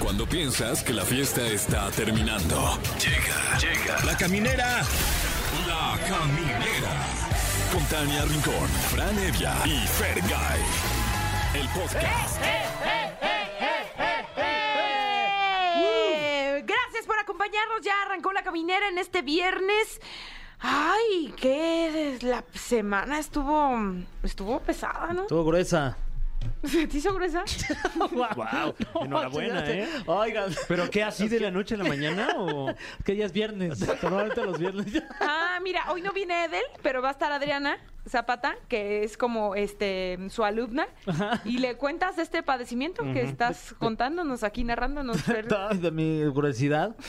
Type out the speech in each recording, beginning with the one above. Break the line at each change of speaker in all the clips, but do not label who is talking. Cuando piensas que la fiesta está terminando. Llega, llega. La caminera. La caminera. Con Tania Rincón, Fran Evia y Fergay. El podcast.
Eh, Gracias por acompañarnos. Ya arrancó la caminera en este viernes. Ay, qué la semana estuvo estuvo pesada, ¿no?
Estuvo gruesa.
¿Se te hizo gruesa?
Wow, enhorabuena, ¿eh?
Oigan,
¿Pero qué, así de la noche a la mañana o...?
es que ya es viernes. Normalmente los viernes ya.
Ah, mira, hoy no viene Edel, pero va a estar Adriana Zapata, que es como este su alumna, y le cuentas este padecimiento que estás contándonos aquí narrándonos. Fer.
De mi gruesidad.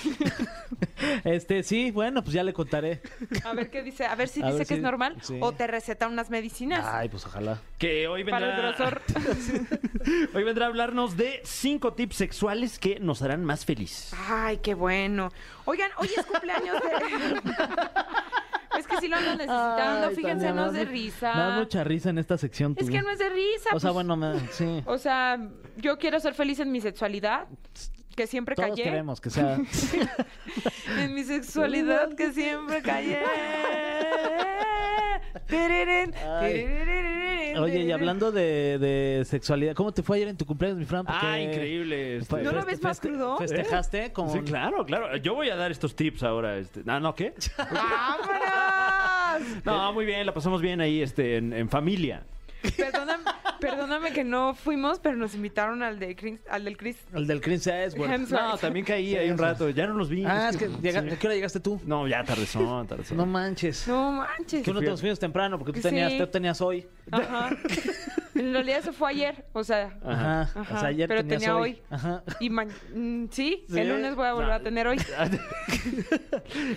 Este, sí, bueno, pues ya le contaré.
A ver qué dice, a ver si
A
dice
ver
que es
si-
normal
sí.
o te receta unas medicinas
Ay, pues ojalá.
Que hoy
para el
vendrá...
grosor.
Hoy vendrá a hablarnos de cinco tips sexuales que nos harán más felices.
Ay, qué bueno. Oigan, hoy es cumpleaños de... es que sí lo ando necesitando,
Ay,
fíjense,
Tania,
no es
me
de
das- Me das
risa.
mucha risa en esta sección.
Es
tuya.
que no es de risa.
O
pues.
sea, bueno, me- sí.
O sea, yo quiero ser feliz en mi sexualidad, que siempre
Todos
callé.
queremos que sea.
En mi sexualidad, que siempre callé. Tererén,
Ay.
tererén,
Oye, y
tererén.
hablando de, de sexualidad, ¿cómo te fue ayer en tu cumpleaños, mi Fran? Porque-
Ah, increíble. este.
Fue-
¿No lo
feste-
ves más
feste-
crudo?
¿Festejaste? Como
Sí, claro, claro. Yo voy a dar estos tips ahora. Este. Ah, no, ¿qué?
¡Vámonos!
No, muy bien, la pasamos bien ahí este, en, en familia.
Perdóname, perdóname que no fuimos, pero nos invitaron al, de Chris- al del Chris.
El del Chris Hemsworth.
Hemsworth.
No, también caí ahí un rato. Ya no los vi.
Ah, es que llega- ¿a qué hora llegaste tú?
No, ya tardezón, tardezón.
No manches.
No manches.
Tú no te los fuimos temprano porque tú tenías,
Sí.
tú tenías hoy.
Ajá. En realidad eso fue ayer, o sea,
Ajá.
Ajá,
O sea, ayer
pero
tenías
tenía
hoy.
hoy.
Ajá.
y ma- mm, sí,
Sí.
el lunes voy a volver a
No.
tener hoy.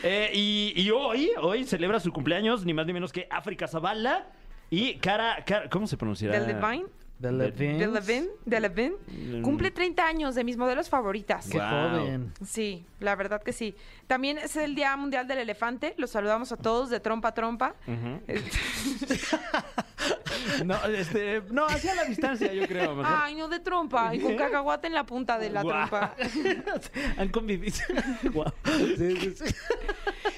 Eh, y, y hoy, hoy celebra su cumpleaños, ni más ni menos que África Zavala y Cara, Cara- ¿cómo se pronunciará?
De Levine,
De
de
Levine.
Levine, de Levine,
Mm.
cumple 30 años de mis modelos favoritas.
Qué
Guau.
joven.
Sí, la verdad que sí. También es el Día Mundial del Elefante, los saludamos a todos de trompa a trompa.
Ujú.
Este-
Mm.
No, este, no, hacia la distancia, yo creo. mejor.
Ay, no de trompa, y con cacahuate en la punta de la
Guau.
trompa.
Han convivido. Guau. Sí, sí, sí.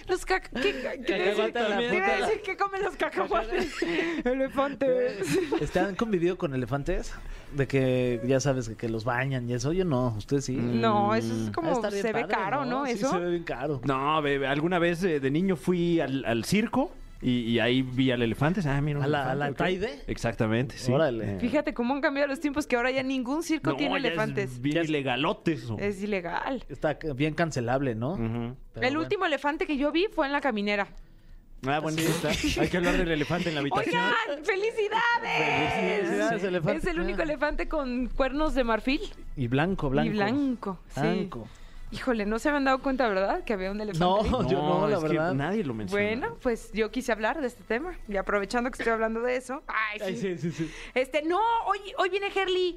Los cac- ¿qué- qué- qué-
Cacahuate en la
te iba a
punta de la-
decir que comen los cacahuates. Elefantes.
Este, ¿Han convivido con elefantes? De que ya sabes que, que los bañan y eso. Yo no, usted sí.
Mm. No, eso es
Mm. Ha de
como
estar
se
bien
ve
padre,
caro, ¿no?
Sí,
Eso.
se ve bien caro.
No, bebé, alguna vez eh, de niño fui al, al circo y, y ahí vi al elefante. Ah, mira. un
¿A la- a
elefante,
la
ok.
Taide?
Exactamente, sí. Eh,
Órale.
Fíjate cómo han cambiado los tiempos que ahora ya ningún circo
No,
tiene
ya es
elefantes. Es,
bien ilegalote eso.
ilegal.
Está c- bien cancelable, ¿no?
Ujú.
Pero
el
bueno.
último elefante que yo vi fue en la caminera.
Ah, bueno, sí está. Hay que hablar del elefante en la habitación.
¡Oigan! ¡Felicidades!
Felicidades, elefante.
Es el único
Ah.
elefante con cuernos de marfil
Y blanco, blanco.
y blanco. sí.
Blanco.
Híjole, no se habían dado cuenta, ¿verdad? Que había un elefante.
No,
ahí.
yo no, la
es que
verdad.
nadie lo menciona.
Bueno, pues yo quise hablar de este tema. Y aprovechando que estoy hablando de eso. Ay, sí.
Ay, sí, sí, sí.
Este, no, hoy, hoy viene Herli.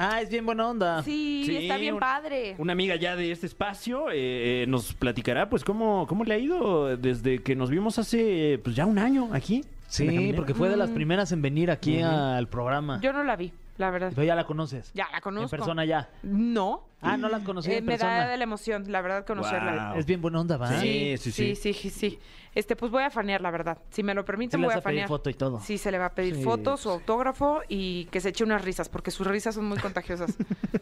Ah, es bien buena onda.
Sí,
Sí,
está bien
un-
padre.
Una amiga ya de este espacio eh, eh, nos platicará, pues, cómo, cómo le ha ido desde que nos vimos hace, eh, pues, ya un año aquí. en la
Sí,
caminera.
porque fue de las primeras en venir aquí
Ujú.
al programa.
Mm. Yo no la vi, la verdad.
Pero ya la conoces.
Ya la conozco.
En persona ya.
No.
Ah, no la conocí
Eh,
en
me da
persona.
la emoción, la verdad, conocerla.
Guau.
Es bien buena onda, ¿va?
Ah, Sí. sí.
Sí, sí, sí. Este, pues voy a fanear, la verdad. Si me lo permiten,
Sí le
voy
vas
a
a pedir
fanear.
foto y todo.
Sí, se le va a pedir
Sí,
foto, su
pues.
autógrafo y que se eche unas risas, porque sus risas son muy contagiosas.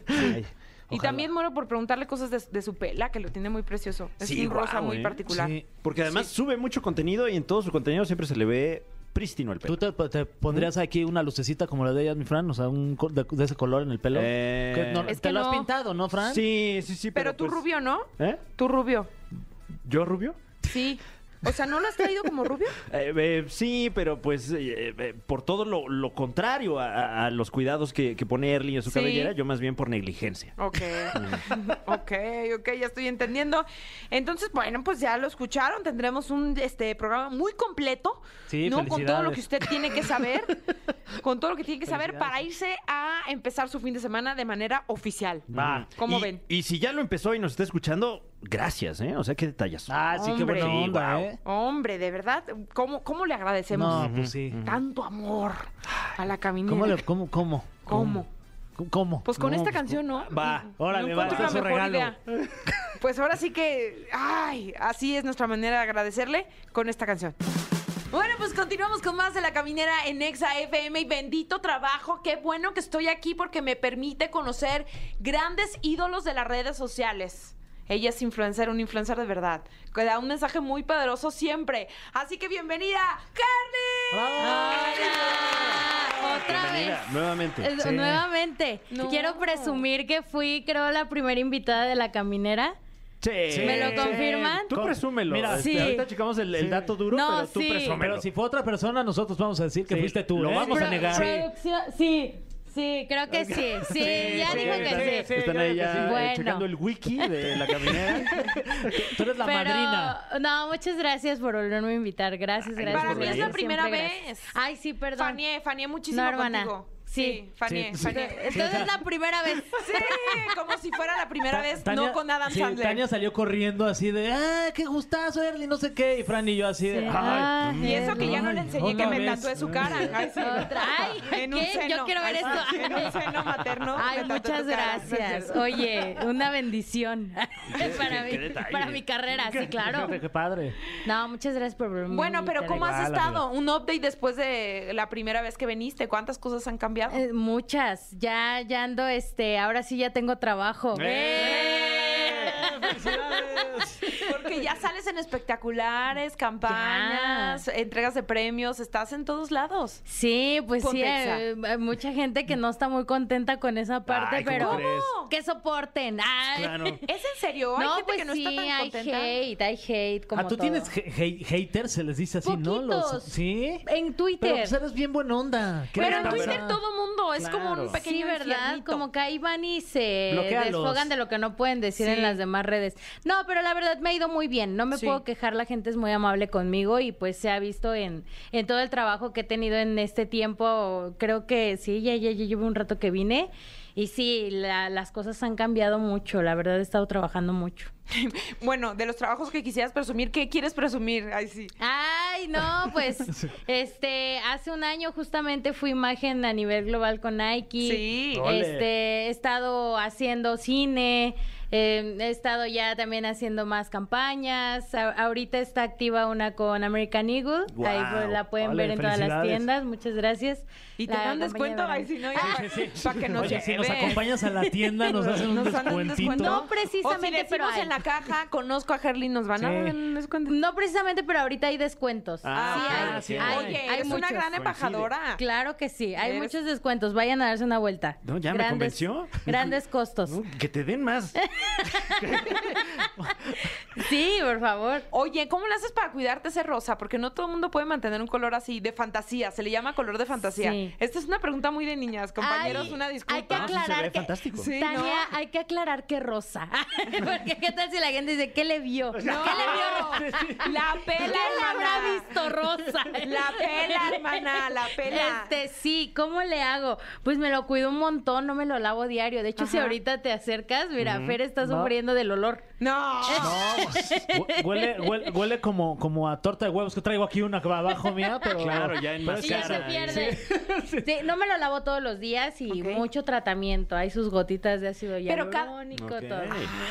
Ay,
y
ojalá.
también muero por preguntarle cosas de, de su pela, que lo tiene muy precioso. Es
Sí,
un rosa
guau,
muy
¿eh?
particular.
Sí.
Porque además sube mucho contenido y en todo su contenido siempre se le ve prístino el
¿Tú
pelo.
te, te pondrías aquí una lucecita como la de ellas, mi Fran? O sea, un co- de, de ese color en el pelo.
Eh,
Que no-
Es
te
que
lo has
no.
pintado, ¿no, Fran?
Sí, sí, sí.
Pero, tú
pues-
rubio, ¿no?
¿Eh?
Tú rubio.
¿Yo rubio?
Sí. O sea, ¿no lo has traído como rubio?
Eh, eh, sí, pero pues eh, eh, por todo lo, lo contrario a, a- a los cuidados que, que pone Erly en su
Sí.
cabellera, yo más bien por negligencia.
Ok, ok, ok, ya estoy entendiendo. Entonces, bueno, pues ya lo escucharon, tendremos un este programa muy completo,
Sí,
¿no? Con todo lo
felicidades.
que usted tiene que saber, con todo lo que tiene que saber
Felicidades.
para irse a empezar su fin de semana de manera oficial.
Va.
¿Cómo
Y-
ven?
Y si ya lo empezó y nos está escuchando, gracias, ¿eh? O sea, qué detalles.
Ah, sí, qué
Hombre.
buena
Sí,
onda,
guau.
¿eh?
Hombre, de verdad, ¿cómo, cómo le agradecemos
No, pues sí.
tanto amor a la caminera?
¿Cómo? le- cómo, cómo?
¿Cómo?
¿Cómo?
Pues con
No,
esta
pues,
canción, ¿no?
va,
órale,
No
va, ese
encuentro
es
una
su
mejor
regalo.
idea. Pues ahora sí que, ay, así es nuestra manera de agradecerle con esta canción. Bueno, pues continuamos con más de la caminera en Exa FM y bendito trabajo. Qué bueno que estoy aquí porque me permite conocer grandes ídolos de las redes sociales. Ella es influencer, un influencer de verdad, que da un mensaje muy poderoso siempre. Así que bienvenida, Carly.
Hola. Otra vez.
Bienvenida, nuevamente.
Eh, Nuevamente.
No.
Quiero presumir que fui, creo, la primera invitada de la caminera.
Sí.
¿Me lo confirman?
Tú presúmelo.
Mira,
este,
sí.
Ahorita checamos el, el
Sí.
dato duro,
No,
pero tú
sí.
presúmelo.
Pero si fue otra persona, nosotros vamos a decir que
Sí,
fuiste tú.
lo
¿eh?
vamos a
Pro-
negar.
producción- sí, sí, creo que sí. Sí, ya
Sí,
dijo que sí.
sí, Están ahí ya eh,
Bueno.
checando el wiki de la caminera.
Tú eres la madrina.
Pero, no, muchas gracias por volverme a invitar. Gracias, gracias.
para
por
mí es
venir.
la primera
Siempre gracias.
vez.
Ay, sí, perdón.
Fanié, fanié muchísimo
No, hermana.
contigo.
Sí.
fanié,
Sí.
fanié.
Entonces es la primera vez.
Sí, como si fuera la primera vez,
Tania-
no con Adam
sí,
Sandler.
Tania salió corriendo así de, ah, qué gustazo, Erly, no sé qué. Y Fran y yo así de, ay.
Ah,
Y eso que ya no le
Ay,
enseñé que
otra
me
vez.
tatué su cara. Ay, sí.
Otra. Ay,
En un
¿qué? Yo
seno.
quiero ver
Ay, sí,
esto.
En un seno materno.
Ay,
me tatué
muchas
tu cara. No es
gracias.
cierto.
Oye, una bendición para,
qué
mi,
detalle.
para mi carrera, sí, claro.
Qué padre.
No, muchas gracias por verme.
Bueno, pero ¿cómo has
Ah, la
estado? Un update después de la primera vez que viniste. ¿Cuántas cosas han cambiado?
Eh, muchas. Ya, ya ando, este, ahora sí ya tengo trabajo.
¡Eh!
¡Eh!
Porque ya sales en espectaculares, campañas, entregas de premios, estás en todos lados.
Sí, pues sí,
Ponte exa.
eh, hay mucha gente que no está muy contenta con esa parte,
Ay, ¿cómo
pero
crees?
que soporten. Ay.
Claro.
¿Es en serio? Hay
No,
gente
pues
que no
sí,
está tan
hay
contenta.
hate, hay hate como
Ah, tú
todo.
tienes he- he- haters, se les dice así, ¿no? Los,
Poquitos.
¿Sí?
En Twitter.
Pero pues eres bien buena onda. ¿Qué
Eh, Pero
les
en
pasa?
Twitter todo mundo es como un
Claro.
pequeño
sí, ¿verdad?
infiernito.
Como que ahí van y se
Bloquéalos.
desfogan de lo que no pueden decir
Sí.
en las demás redes. No, pero la verdad me ha ido muy bien. No me
Sí.
puedo quejar, la gente es muy amable conmigo y pues se ha visto en, en todo el trabajo que he tenido en este tiempo. Creo que sí, ya, ya, ya llevo un rato que vine. Y sí, la- las cosas han cambiado mucho. La verdad he estado trabajando mucho.
Bueno, de los trabajos que quisieras presumir, ¿qué quieres presumir? Ay, sí.
Ay, no, pues, este, hace un año justamente fui imagen a nivel global con Nike.
Sí.
Ole.
Este, he estado haciendo cine, eh, he estado ya también haciendo más campañas. A- ahorita está activa una con American Eagle.
Guau.
Ahí pues, la pueden
Ole,
ver en todas las
felicidades.
tiendas. Muchas gracias.
Y te
La
dan
compañía
descuento,
de Ah,
ay,
verano.
si no, ya para, para que nos
Oye, si nos
lleve.
acompañas a la tienda, nos hacen un
Nos dan un
descuentito.
descuento.
No, precisamente,
O si decimos
pero hay.
en la caja, conozco a Herlin, nos van a
Sí.
dar un descuento.
No precisamente, pero ahorita hay descuentos.
Ah,
sí,
sí,
hay, hay-
Oye,
hay
eres una
muchos.
gran embajadora.
Claro que sí, hay
Eres-
muchos descuentos, vayan a darse una vuelta.
No, ya me convenció.
Grandes costos.
No, Que te den más.
Sí, por favor.
Oye, ¿cómo le haces para cuidarte ese rosa? Porque no todo el mundo puede mantener un color así de fantasía. Se le llama color de fantasía.
Sí.
Esta es una pregunta muy de niñas, compañeros.
Ay,
una disculpa.
Hay que
Ah, sí, se
aclarar
ve
que
fantástico.
Sí,
Tania,
¿no?
hay que aclarar que rosa. Porque qué tal si la gente dice, ¿qué le vio? ¿Qué le vio?
No, la
¿Qué
pela,
le habrá
hermana.
visto rosa?
La pela, hermana, la pela.
Este, sí, ¿cómo le hago? Pues me lo cuido un montón, no me lo lavo diario. De hecho, si
Ajá.
ahorita te acercas, mira, Fer está
Va.
sufriendo del olor.
No.
pues.
Hue- Huele, huele, huele como, como a torta de huevos que traigo aquí una abajo mía, pero.
Claro, ya en
pero
más
es
Y ya
cara.
se pierde. Sí, no me lo lavo todos los días y
Ok.
mucho tratamiento. Hay sus gotitas de ácido
Pero cada-
hialurónico,
Ok.
todo.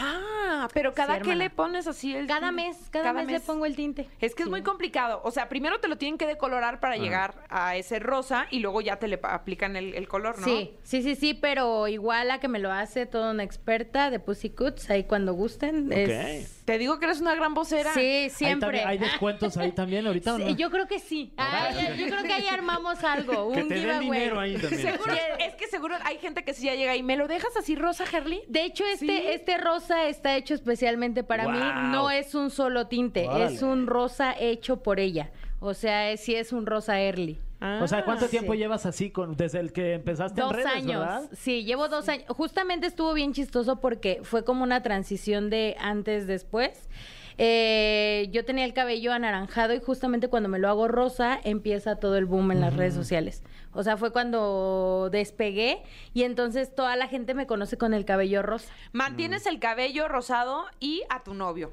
Ah, pero cada que
hermana.
le pones así el
Cada mes, cada, mes, le pongo el tinte.
Es que es muy complicado. O sea, primero te lo tienen que decolorar para llegar a ese rosa y luego ya te le pa- aplican el, el color, ¿no?
Sí, sí, sí, sí, pero igual a que me lo hace toda una experta de Pussy Cuts, ahí cuando gusten. es-
Te digo que eres una gran vocera.
Sí,
Ahí también-
siempre.
¿Hay descuentos ahí también ahorita o
Sí,
no?
Yo creo que sí. Ah, ya- yo creo que ahí armamos algo,
que
un
te den
giveaway.
dinero ahí también.
Seguro,
Sí.
es que seguro hay gente que sí ya llega y me lo dejas así rosa, Herly.
De hecho, este,
Sí.
este rosa está hecho especialmente para
Guau.
mí. No es un solo tinte, es un rosa hecho por ella. O sea, es- sí es un rosa early.
O sea, ¿cuánto
Ah,
tiempo
sí.
llevas así con, desde el que empezaste
Dos
en redes,
años.
¿verdad?
Sí, llevo dos años. Justamente estuvo bien chistoso porque fue como una transición de antes, después. Eh, yo tenía el cabello anaranjado y justamente cuando me lo hago rosa empieza todo el boom en las redes sociales. O sea, fue cuando despegué y entonces toda la
mm.
gente me conoce con el cabello rosa.
Mantienes el cabello rosado y a tu novio.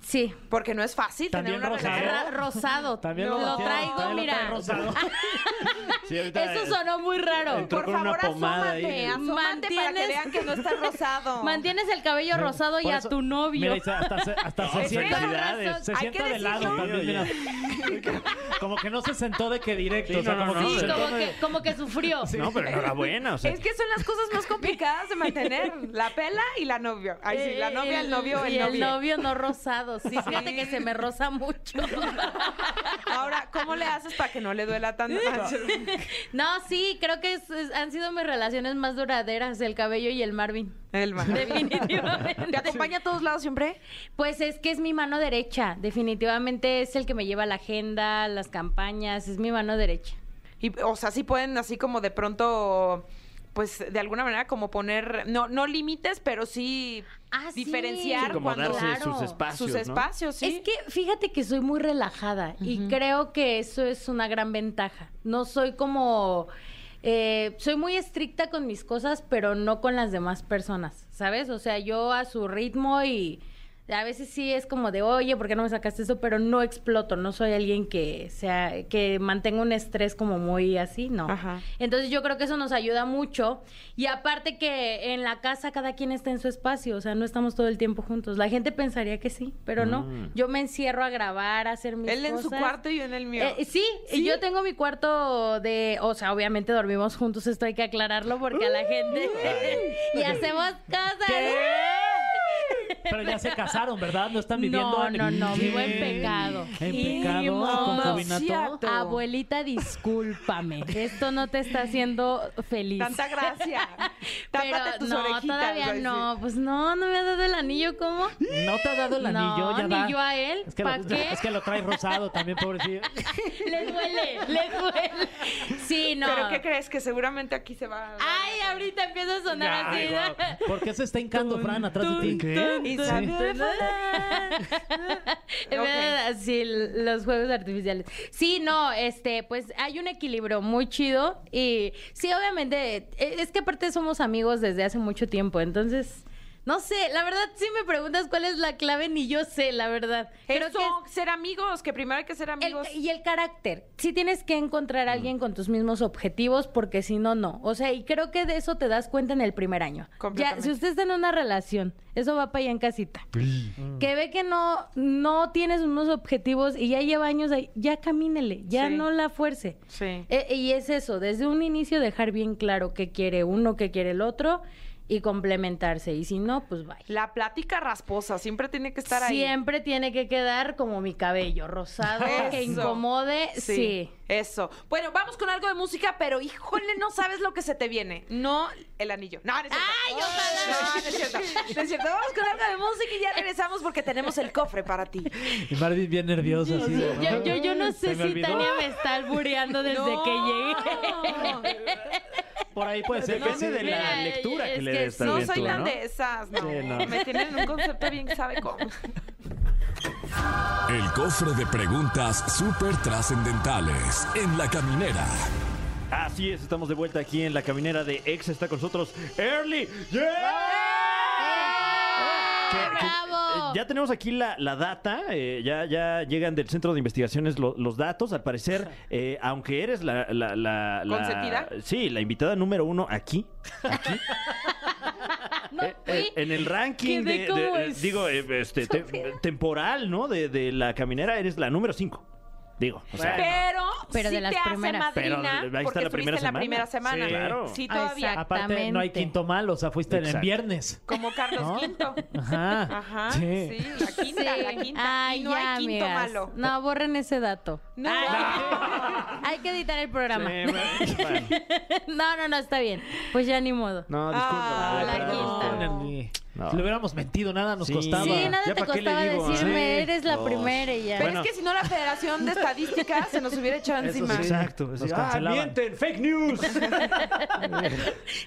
Sí.
Porque no es fácil
También
tener una
rosado.
relación.
Ra- Rosado.
También
lo,
lo batearon,
traigo,
también lo
mira. ah,
trae rosado.
Sí, ahorita,
Eso
eh,
sonó muy raro.
entró
Por
con una
favor,
pomada
asómate,
ahí.
asómate para que
Mantienes-
vean que no está rosado.
Mantienes el cabello rosado y
Por
a
eso-
tu novio.
Mira, y se- hasta se, hasta se
No,
sienta,
sexualidades.
se
Hay
sienta
que
de lado
decirlo.
también, mira. Como que no se sentó de que directo.
Sí,
o sea,
no, no,
como
no,
que
sí,
se
no.
sentó
como
de-
que, como que sufrió.
No, pero enhorabuena. O sea,
Es que son las cosas más complicadas de mantener. La pela y la novio. Ay, sí, la novia, el novio, el
Y
novio.
el novio no rosado. Sí, fíjate
Sí.
que se me rosa mucho.
Ahora, ¿cómo le haces para que no le duela tanto?
No, sí, creo que es- es- han sido mis relaciones más duraderas, el cabello y el Marvin.
El man.
Definitivamente.
¿Te acompaña a todos lados siempre?
Pues es que es mi mano derecha. Definitivamente es el que me lleva la agenda, las campañas, es mi mano derecha.
Y, o sea, sí pueden así como de pronto, pues de alguna manera como poner, no, no límites, pero sí
Ah, sí.
diferenciar
Sí,
como
cuando
darse
Claro.
sus espacios.
sus
¿no?
espacios, sí.
Es que fíjate que soy muy relajada y creo que eso es una gran ventaja. No soy como... eh, soy muy estricta con mis cosas, pero no con las demás personas, ¿sabes? O sea, yo a su ritmo y a veces sí es como de, oye, ¿por qué no me sacaste eso? Pero no exploto, no soy alguien que sea, que mantenga un estrés como muy así, no.
Ajá.
Entonces yo creo que eso nos ayuda mucho. Y aparte que en la casa cada quien está en su espacio, o sea, no estamos todo el tiempo juntos. La gente pensaría que sí, pero no.
Mm.
Yo me encierro a grabar, a hacer mis
Él en su
cosas.
cuarto y yo en el mío.
Eh, sí, yo tengo mi cuarto de, o sea, obviamente dormimos juntos, esto hay que aclararlo porque a la gente y hacemos cosas.
Pero ya se casaron, ¿verdad? No están viviendo
No,
en
no, no, vivo en
¿Qué?
pecado.
En
Y
pecado, concubinato.
demasiado.
Abuelita, discúlpame. Esto no te está haciendo feliz.
Tanta gracia.
Pero
Tápate tus
no,
orejitas.
todavía
ay, sí.
no. Pues no, no me ha dado el anillo, ¿cómo?
No te ha dado el
No,
anillo, ya
ni
da.
yo a él.
Es que,
¿Pa'
lo,
qué?
es que lo trae rosado también, pobrecito.
Le duele, le duele. Sí, no.
¿Pero qué crees? Que seguramente aquí se va.
Ay, ahorita empieza a sonar
Ya,
así.
guau. ¿Por qué se está hincando Fran atrás de ti?
Y
Sí.
sabe-
En vez de así, los juegos artificiales. Sí, no, este, pues hay un equilibrio muy chido y sí, obviamente, eh, es que aparte somos amigos desde hace mucho tiempo, entonces, no sé, la verdad, si me preguntas cuál es la clave, ni yo sé, la verdad. Creo
Eso,
que es-
ser amigos, que primero hay que ser
el-
amigos.
y el carácter. Sí tienes que encontrar a alguien con tus mismos objetivos porque si no, no. O sea, y creo que de eso te das cuenta en el primer año. Ya,
Completamente.
si usted está en una relación, eso va para allá en casita. Que ve que no, no tienes unos objetivos y ya lleva años ahí, ya camínele, ya
Sí.
no la fuerce.
Sí.
E- y es eso, desde un inicio dejar bien claro qué quiere uno, qué quiere el otro y complementarse. Y si no, pues bye.
La plática rasposa siempre tiene que estar ahí.
Siempre tiene que quedar como mi cabello rosado, que
Eso.
incomode. sí.
Eso. Bueno, vamos con algo de música, pero híjole, no sabes lo que se te viene. No el anillo. No, no es cierto.
Ay, ojalá.
No, no es cierto. No es cierto. Vamos con algo de música y ya regresamos porque tenemos el cofre para ti.
Y Marvin bien nerviosa. así de-
Yo, yo, yo no
Se
sé
me
si
olvidó.
Tania me está albureando desde
No.
que llegué.
Por ahí puede ser. que
Depende
sí.
de la
Mira,
lectura que
es
le
que
des
No
también
soy
tú,
tan
¿no?
de esas, no.
Sí, no.
Me tienen un concepto bien que sabe cómo.
El cofre de preguntas súper trascendentales en la caminera.
Así es, estamos de vuelta aquí en la caminera de Ex. Está con nosotros Early. Que- que-
¡Eh! ¡Bravo!
eh, ya tenemos aquí la, la data, eh, ya, ya llegan del centro de investigaciones lo- los datos. Al parecer, eh, aunque eres la, la, la- la-
¿Consentida?
Sí, la invitada número uno aquí.
No
eh,
fui.
eh, en el ranking
Quedé
de,
como
de-
es-
digo, eh, este, te- temporal, ¿no? De, de la caminera, eres la número 5. Digo, o sea,
Pero,
Pero
sí
de las
te
primeras.
hace madrina
Pero ahí está
porque
la
estuviste
primera
en la
semana.
primera semana.
Sí, claro.
Sí, todavía.
Exacto.
Aparte, no hay
Exactamente.
quinto mal, o sea, fuiste en
Exacto.
viernes.
Como Carlos
¿No?
Quinto.
Ajá.
Ajá.
Sí.
Sí, la quinta,
Sí.
la quinta.
Ay,
y no
ya,
hay quinto
amigas.
malo. Ah,
No, borren ese dato.
No.
Hay que editar el programa.
eh, bueno,
no, no, no, está bien. Pues ya ni modo.
no, disculpa.
Ah,
eh,
la
perdón.
quinta.
Perdónenme.
No.
Si lo hubiéramos mentido, nada nos
Sí.
costaba.
Sí, nada
¿Ya
te
pa' qué le
costaba
digo? ah?
decirme,
Sí.
eres la
No.
primera y ya.
Pero
Bueno.
es que si no, la Federación de Estadísticas se nos hubiera echado
Eso
encima.
sí.
Exacto.
Nos
Así, ah,
cancelaban.
mienten, fake news.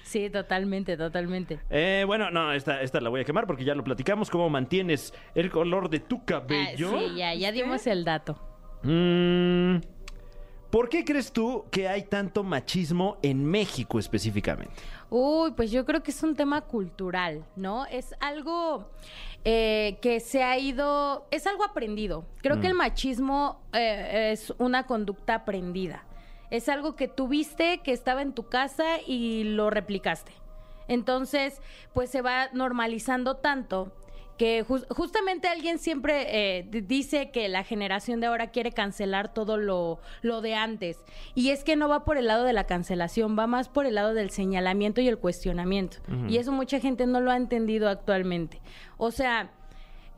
Sí, totalmente, totalmente.
Eh, bueno, no, esta, esta la voy a quemar porque ya lo platicamos. ¿Cómo mantienes el color de tu
Ah,
cabello?
sí, ya, ya dimos el dato.
Mm, ¿Por qué crees tú que hay tanto machismo en México específicamente?
Uy, pues yo creo que es un tema cultural, ¿no? Es algo eh, que se ha ido, es algo aprendido. Creo que el machismo eh, es una conducta aprendida. Es algo que tuviste, que estaba en tu casa y lo replicaste. Entonces, pues se va normalizando tanto que jus- justamente alguien siempre eh, d- dice que la generación de ahora quiere cancelar todo lo, lo de antes. Y es que no va por el lado de la cancelación, va más por el lado del señalamiento y el cuestionamiento. Y eso mucha gente no lo ha entendido actualmente. O sea,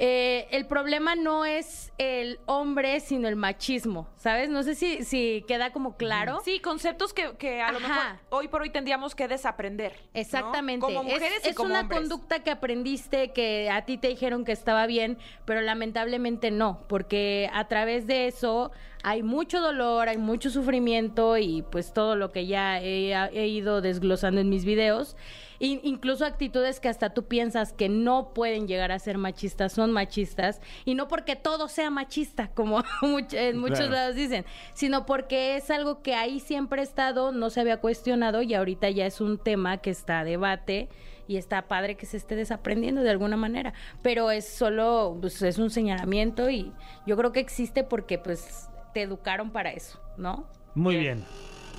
eh, el problema no es el hombre, sino el machismo, ¿sabes? No sé si, si queda como claro.
Sí, conceptos que, que a lo
Ajá.
mejor hoy por hoy tendríamos que desaprender. ¿no?
Exactamente.
Como
Es-
mujeres
es,
y como
una
hombres.
conducta que aprendiste, que a ti te dijeron que estaba bien, pero lamentablemente no, porque a través de eso hay mucho dolor, hay mucho sufrimiento y pues todo lo que ya he, he ido desglosando en mis videos. In- incluso actitudes que hasta tú piensas que no pueden llegar a ser machistas, son machistas, y no porque todo sea machista, como much- en muchos
Claro.
lados lados dicen, sino porque es algo que ahí siempre ha estado, no se había cuestionado y ahorita ya es un tema que está a debate y está padre que se esté desaprendiendo de alguna manera, pero es solo pues, es un señalamiento y yo creo que existe porque pues te educaron para eso, ¿no?
Muy bien.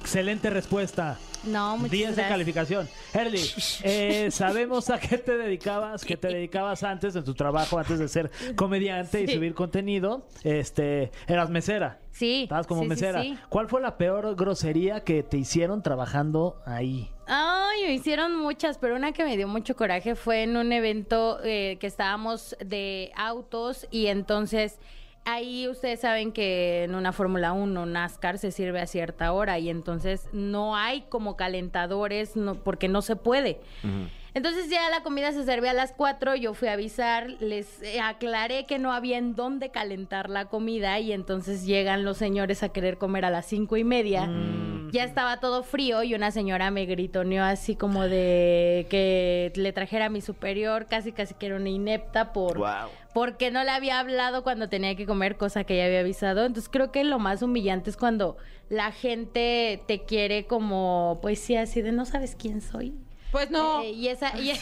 Excelente respuesta.
No,
10
muchas
de
gracias.
calificación. Herli, eh, sabemos a qué te dedicabas, que te dedicabas antes en tu trabajo, antes de ser comediante y
Sí.
subir contenido. Este, eras mesera.
Sí.
Estabas como
sí, sí,
mesera.
sí.
¿Cuál fue la peor grosería que te hicieron trabajando ahí?
Ay, me hicieron muchas, pero una que me dio mucho coraje fue en un evento eh, que estábamos de autos y entonces ahí ustedes saben que en una Fórmula 1 NASCAR se sirve a cierta hora y entonces no hay como calentadores no, porque no se puede. Entonces ya la comida se servía a las 4, yo fui a avisar, les eh, aclaré que no había en dónde calentar la comida y entonces llegan los señores a querer comer a las cinco y media. Ya estaba todo frío y una señora me gritoneó así como de que le trajera a mi superior, casi casi que era una inepta por porque no le había hablado cuando tenía que comer, cosa que ya había avisado. Entonces creo que lo más humillante es cuando la gente te quiere como, pues sí, así de no sabes quién soy.
Pues no.
Eh, y esa, y,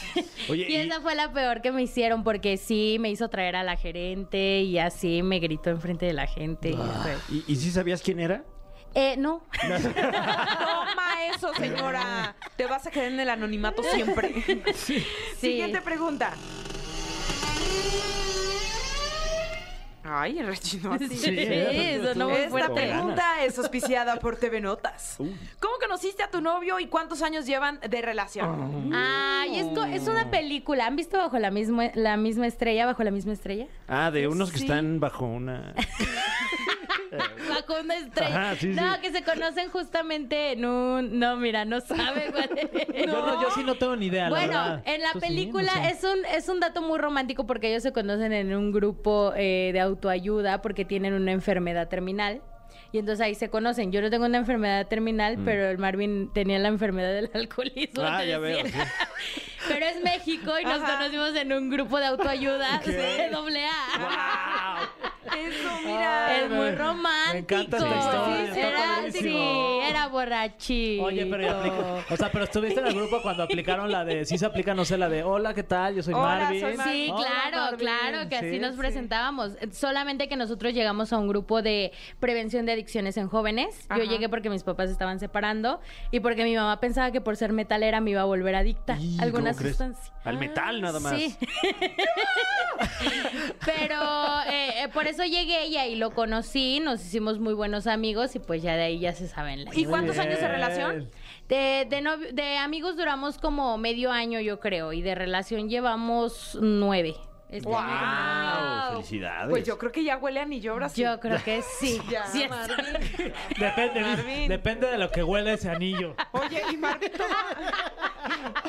Oye,
y
y-
esa fue la peor que me hicieron porque sí me hizo traer a la gerente y así me gritó enfrente de la gente. y fue-
¿Y, y sí sabías quién era?
Eh, no.
Toma eso, señora. Te vas a quedar en el anonimato siempre. Siguiente pregunta. Ay, rechinó así.
Sí, eso no muy
Esta
fuerte.
pregunta es auspiciada por TV Notas. ¿Cómo conociste a tu novio y cuántos años llevan de relación?
Oh. Ay, esto es una película. ¿Han visto bajo la misma, la misma estrella, bajo la misma estrella?
Ah, de unos que
Sí.
están bajo una...
Bajo una estrella.
Ajá, sí,
no,
sí.
que se conocen justamente en un. No, mira, no sabe cuál
Yo,
es.
no, yo sí no tengo ni idea. la
Bueno,
verdad.
en la
Tú sí,
película
no sé.
es un es un dato muy romántico porque ellos se conocen en un grupo eh, de autoayuda porque tienen una enfermedad terminal. Y entonces ahí se conocen. Yo no tengo una enfermedad
Mm.
terminal, pero el Marvin tenía la enfermedad del alcoholismo.
Ah,
te
ya veo,
decía. pero es México y nos
Ajá.
conocimos en un grupo de autoayuda de doble A.
Eso, mira.
Es muy
me
romántico.
encanta esta
historia,
Sí,
está
era, sí,
padrísimo.
era borrachito.
Oye, pero ya aplicó- O sea, pero estuviste en el grupo cuando aplicaron la de. Sí se aplica, no sé, la de. Hola, ¿qué tal? Yo soy
Hola,
Marvin.
soy Marvin.
Sí,
Hola,
claro,
Marvin.
claro, que así
Sí,
nos
sí.
presentábamos. Eh, Solamente que nosotros llegamos a un grupo de prevención de adicciones en jóvenes.
Ajá.
Yo llegué porque mis papás estaban separando y porque mi mamá pensaba que por ser metalera me iba a volver adicta
Y,
a alguna
¿cómo crees?
sustancia. Ah,
Al metal nada más.
Sí. Pero eh, eh, por eso llegué y ahí lo conocí, nos hicimos muy buenos amigos y pues ya de ahí ya se saben la
¿Y cuántos
bien.
años de relación?
de, de, novio- de amigos duramos como medio año, yo creo, y de relación llevamos nueve. Este
Wow.
año terminamos.
Wow, felicidades.
Pues yo creo que ya huele a anillo ahora sí.
Yo creo que sí.
Ya,
Sí está.
Marvin.
Depende,
Marvin.
depende de lo que huele ese anillo.
Oye, y Marvin todo,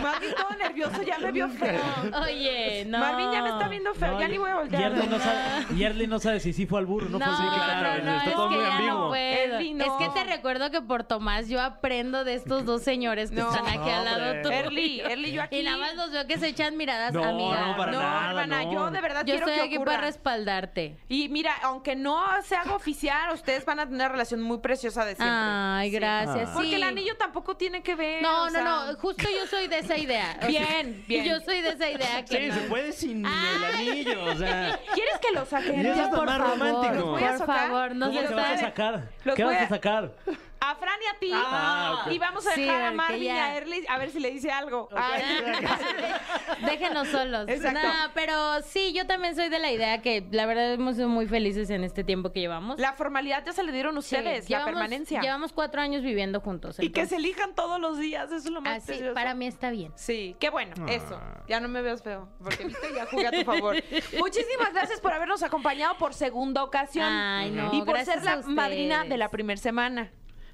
Marvin todo nervioso, ya me vio feo.
Oye, no.
Marvin ya me está viendo feo, ya
y-
ni voy a voltear.
Yerly no, sabe, Yerly no sabe si sí fue al burro, no,
No,
fue sí,
pues claro,
no, no,
está
es
todo
que
muy
ya
ambiguo.
no puedo.
Erly, no.
Es que te recuerdo que por Tomás yo aprendo de estos dos señores que
No,
están aquí al lado
hombre.
tuyo.
Erly, Erly, yo aquí.
Y nada más los veo que se echan miradas,
No,
amiga.
no, para
no,
nada,
hermana,
no.
yo de verdad
yo
quiero
estoy
que
aquí
ocurra.
para respaldarte.
Y mira, aunque no se haga oficial, ustedes van a tener una relación muy preciosa de siempre.
Ay,
Sí.
gracias.
Ah.
Porque
sí.
el anillo tampoco tiene que ver.
No,
o
no,
sea,
no. Justo yo soy soy de esa idea. O sea,
Bien, bien.
Yo soy de esa idea que
Sí,
no.
se puede sin
Ah.
Ay.
el anillo, o sea.
¿Quieres que lo saquen?
Y eso es
Por
más
favor,
romántico.
Voy a
Por
socar.
favor, no
¿Cómo
se
te vas a
sale.
sacar?
Los
¿Qué
voy
vas
a-
a sacar?
A Fran y a ti.
Ah, ok.
Y vamos a
Sí,
dejar a
porque
Marvin y
ya.
a Erlis a ver si le dice algo. Ay.
Déjenos solos.
Exacto.
No, pero sí, yo también soy de la idea que la verdad hemos sido muy felices en este tiempo que llevamos.
La formalidad ya se le dieron
Sí,
ustedes, la
llevamos-
permanencia.
Llevamos cuatro años viviendo juntos.
y que se
entonces,
elijan todos los días, eso es lo más
Así,
precioso.
para mí está bien.
Sí, qué bueno,
Ah.
eso. Ya no me veas feo, porque viste, ya jugué a tu favor. Muchísimas gracias por habernos acompañado por segunda ocasión.
Ay, no,
y por
gracias
ser la
a ustedes.
madrina de la primera semana.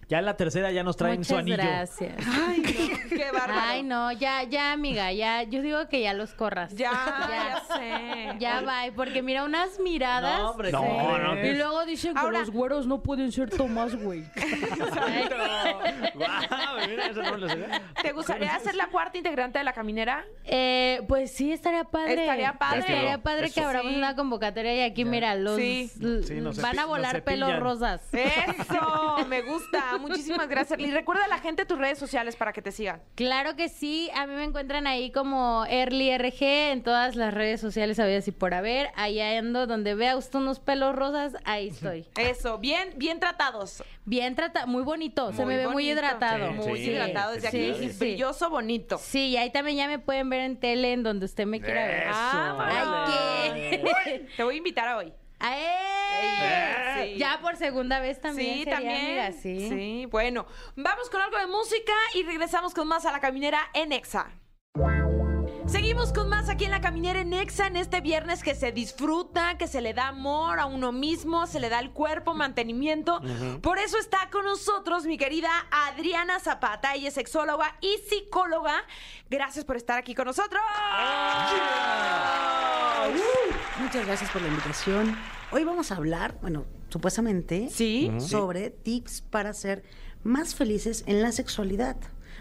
Ya en la tercera ya nos traen su
Muchas
anillo.
gracias.
Ay, no, qué bárbaro.
Ay, no, ya, ya, amiga, ya, yo digo que ya los corras.
Ya, ya sé.
Ya va, porque mira unas miradas.
No, hombre,
No,
¿cómo
no,
crees?
Y luego dicen que
Ahora-
los güeros no pueden ser Tomás, güey.
Guau, mira, eso no lo sé.
¿Te gustaría ser la cuarta integrante de la caminera?
Eh, pues sí, estaría padre.
Estaría padre.
Estaría padre que
Eso.
abramos
Sí.
una convocatoria y aquí, mira, los
Sí.
l-
Sí, nos
van
cepi-
a
nos
volar pelos
cepillan.
rosas.
Eso, me gusta. Muchísimas gracias. Y recuerda a la gente tus redes sociales para que te sigan.
Claro que sí, a mí me encuentran ahí como EarlyRG en todas las redes sociales, habías y por haber. Ahí ando, donde vea usted unos pelos rosas, ahí estoy.
Eso, bien, bien tratados.
Bien tratado, muy bonito, se me ve muy
bonito.
hidratado.
Sí,
muy
sí.
hidratado desde
Sí,
aquí.
sí, sí.
Brilloso, bonito.
Sí, y ahí también ya me pueden ver en tele, en donde usted me quiera ver. Ah, pues,
Eso.
Ay, ¿qué?
Ah, Te voy a invitar a hoy.
¡Ay!
Sí.
Ya por segunda vez también.
sí,
sería
también.
amiga, sí.
sí, bueno. Vamos con algo de música y regresamos con más a la caminera en Exa. Seguimos con más aquí en la caminera en Exa en este viernes que se disfruta, que se le da amor a uno mismo, se le da el cuerpo, mantenimiento. Por eso está con nosotros mi querida Adriana Zapata. Ella es sexóloga y psicóloga. Gracias por estar aquí con nosotros.
Muchas gracias por la invitación. Hoy vamos a hablar, bueno, supuestamente,
Sí.
sobre tips para ser más felices en la sexualidad.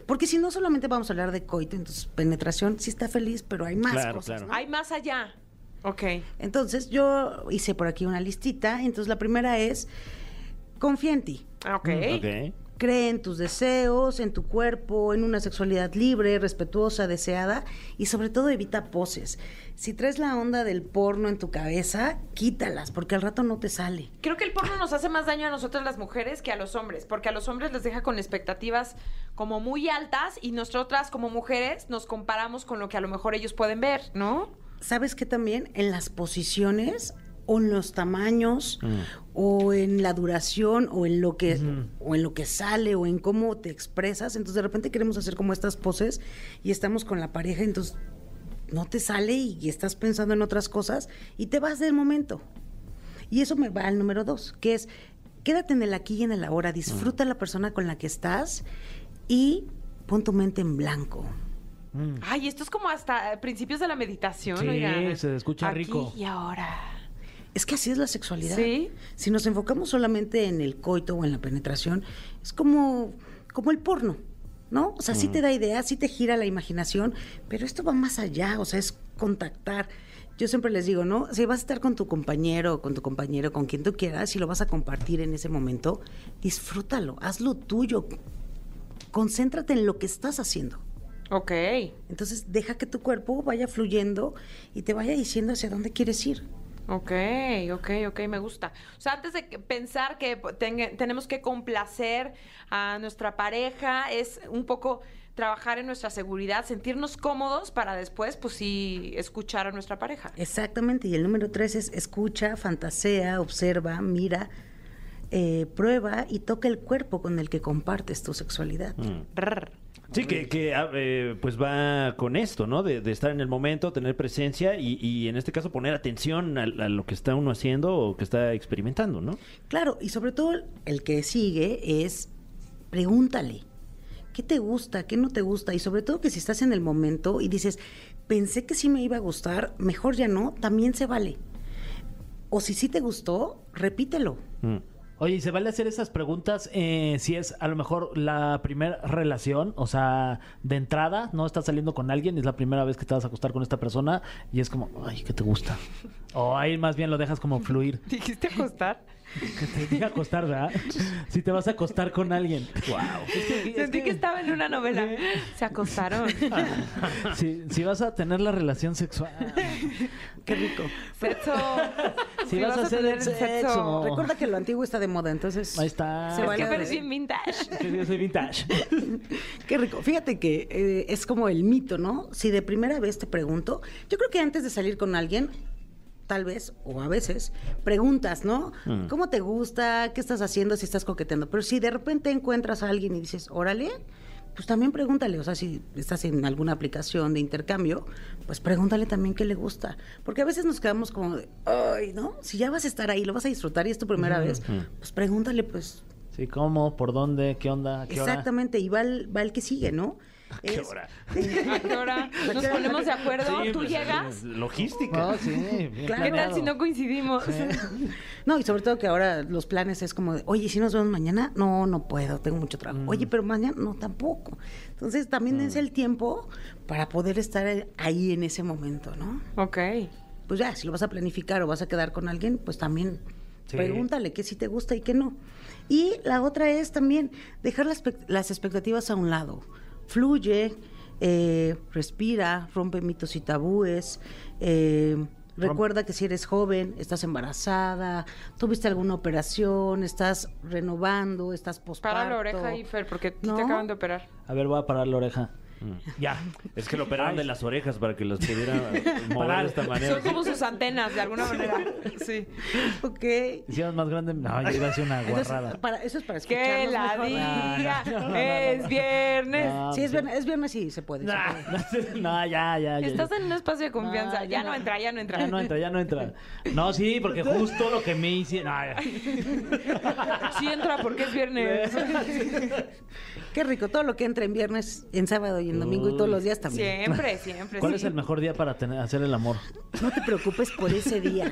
Porque si no solamente vamos a hablar de coito, entonces penetración sí está feliz, pero hay más
Claro,
cosas.
claro.
¿no?
Hay más allá. Ok.
Entonces yo hice por aquí una listita. Entonces la primera es confía en ti.
Ok.
Ok.
Cree en tus deseos, en tu cuerpo, en una sexualidad libre, respetuosa, deseada y sobre todo evita poses. Si traes la onda del porno en tu cabeza, quítalas porque al rato no te sale.
Creo que el porno nos hace más daño a nosotras las mujeres que a los hombres, porque a los hombres les deja con expectativas como muy altas y nosotras como mujeres nos comparamos con lo que a lo mejor ellos pueden ver, ¿no?
¿Sabes qué también? En las posiciones o en los tamaños o en la duración o en lo que o en lo que sale o en cómo te expresas, entonces de repente queremos hacer como estas poses y estamos con la pareja, entonces no te sale y, y estás pensando en otras cosas y te vas del momento. Y eso me va al número dos, que es quédate en el aquí y en el ahora, disfruta la persona con la que estás y pon tu mente en blanco.
Ay, esto es como hasta eh, principios de la meditación,
Mm. Sí,
oigan.
se escucha
Aquí
rico.
Y ahora.
Es que así es la sexualidad.
Sí.
Si nos enfocamos solamente en el coito o en la penetración, es como, como el porno, ¿no? O sea, sí te da ideas, sí te gira la imaginación, pero esto va más allá, o sea, es contactar. Yo siempre les digo, ¿no? Si vas a estar con tu compañero, con tu compañero, con quien tú quieras, y lo vas a compartir en ese momento, disfrútalo, hazlo tuyo, concéntrate en lo que estás haciendo.
Ok.
Entonces, deja que tu cuerpo vaya fluyendo y te vaya diciendo hacia dónde quieres ir.
Ok, ok, ok, me gusta. O sea, antes de que- pensar que tenga- tenemos que complacer a nuestra pareja, es un poco trabajar en nuestra seguridad, sentirnos cómodos para después, pues sí, escuchar a nuestra pareja.
Exactamente, y el número tres es escucha, fantasea, observa, mira, eh, prueba y toca el cuerpo con el que compartes tu sexualidad.
Mm.
Rrr.
Sí, que, que, ah, eh, pues va con esto, ¿no? De, de estar en el momento, tener presencia y, y en este caso poner atención a, a lo que está uno haciendo o que está experimentando, ¿no?
Claro, y sobre todo el que sigue es pregúntale. ¿Qué te gusta? ¿Qué no te gusta? Y sobre todo que si estás en el momento y dices, pensé que sí me iba a gustar, mejor ya no, también se vale. O si sí te gustó, repítelo.
Mm.
Oye, ¿y se vale hacer esas preguntas eh, si es a lo mejor la primera relación? O sea, de entrada, no estás saliendo con alguien, es la primera vez que te vas a acostar con esta persona y es como, ay, ¿qué te gusta? O ahí más bien lo dejas como fluir.
¿Dijiste acostar?
Que te diga acostar, ¿verdad? si te vas a acostar con alguien. Wow.
Sentí que estaba en una novela. Se acostaron.
Ah. si, si vas a tener la relación sexual.
Qué rico.
Sexo.
Si vas a hacer
tener
el sexo. Ah, Oh.
Recuerda que lo antiguo está de moda, entonces.
Ahí está.
Se
Es que
vale.
parecía vintage.
Yo soy vintage.
Qué rico. Fíjate que eh, es como el mito, ¿no? Si de primera vez te pregunto, yo creo que antes de salir con alguien, tal vez, o a veces, preguntas, ¿no?
Mm.
¿Cómo te gusta? ¿Qué estás haciendo? Si estás coqueteando. Pero si de repente encuentras a alguien y dices, órale, pues también pregúntale. O sea, si estás en alguna aplicación de intercambio, pues pregúntale también qué le gusta. Porque a veces nos quedamos como de, ay, ¿no? Si ya vas a estar ahí, lo vas a disfrutar y es tu primera vez, pues pregúntale, pues,
Sí, ¿cómo? ¿Por dónde? ¿Qué onda? ¿A ¿Qué hora?
Exactamente, y va el, va el que sigue, ¿no?
qué
Es-
hora?
¿A qué hora nos ponemos de acuerdo?
Sí,
¿Tú
pues,
llegas?
es Logística.
No, sí. bien
Claro.
¿Qué tal
planeado.
si no coincidimos?
No, y sobre todo que ahora los planes es como de, oye, si nos vemos mañana, no, no puedo, tengo mucho trabajo. Oye, pero mañana, no, tampoco. Entonces también es el tiempo para poder estar ahí en ese momento, ¿no?
Ok.
Pues ya, si lo vas a planificar o vas a quedar con alguien, pues también
Sí.
pregúntale qué sí te gusta y qué no. Y la otra es también dejar las, expect- las expectativas a un lado. Fluye, eh, respira, rompe mitos y tabúes. eh, Recuerda que si eres joven, estás embarazada, tuviste alguna operación, estás renovando, estás posparto.
Para la oreja ahí, Fer, porque a ti
No.
te acaban de operar.
A ver, voy a parar la oreja.
Mm.
Ya.
Es que lo operaron de las orejas para que las pudiera mover
Parar.
de esta manera.
Son como sus antenas, de alguna manera. Sí.
Ok.
Hicieron más grande. No, yo iba a hacer una
Entonces, ah,
guarrada.
para, eso es para escucharnos
Que la
mejor.
diga.
No, no, no, no.
Es viernes.
No,
Sí, es
pues,
viernes, es viernes y se puede. se
No,
puede.
no, ya, ya, ya.
Estás en un espacio de confianza.
No,
ya
ya
no
no.
entra, ya no entra.
Ya no entra, ya no entra. No, sí, porque justo lo que me hicieron.
Sí entra porque es viernes.
Qué rico, todo lo que entra en viernes, en sábado y en domingo y todos los días también.
Siempre, siempre.
¿Cuál
sí.
es el mejor día para tener- hacer el amor?
No te preocupes por ese día.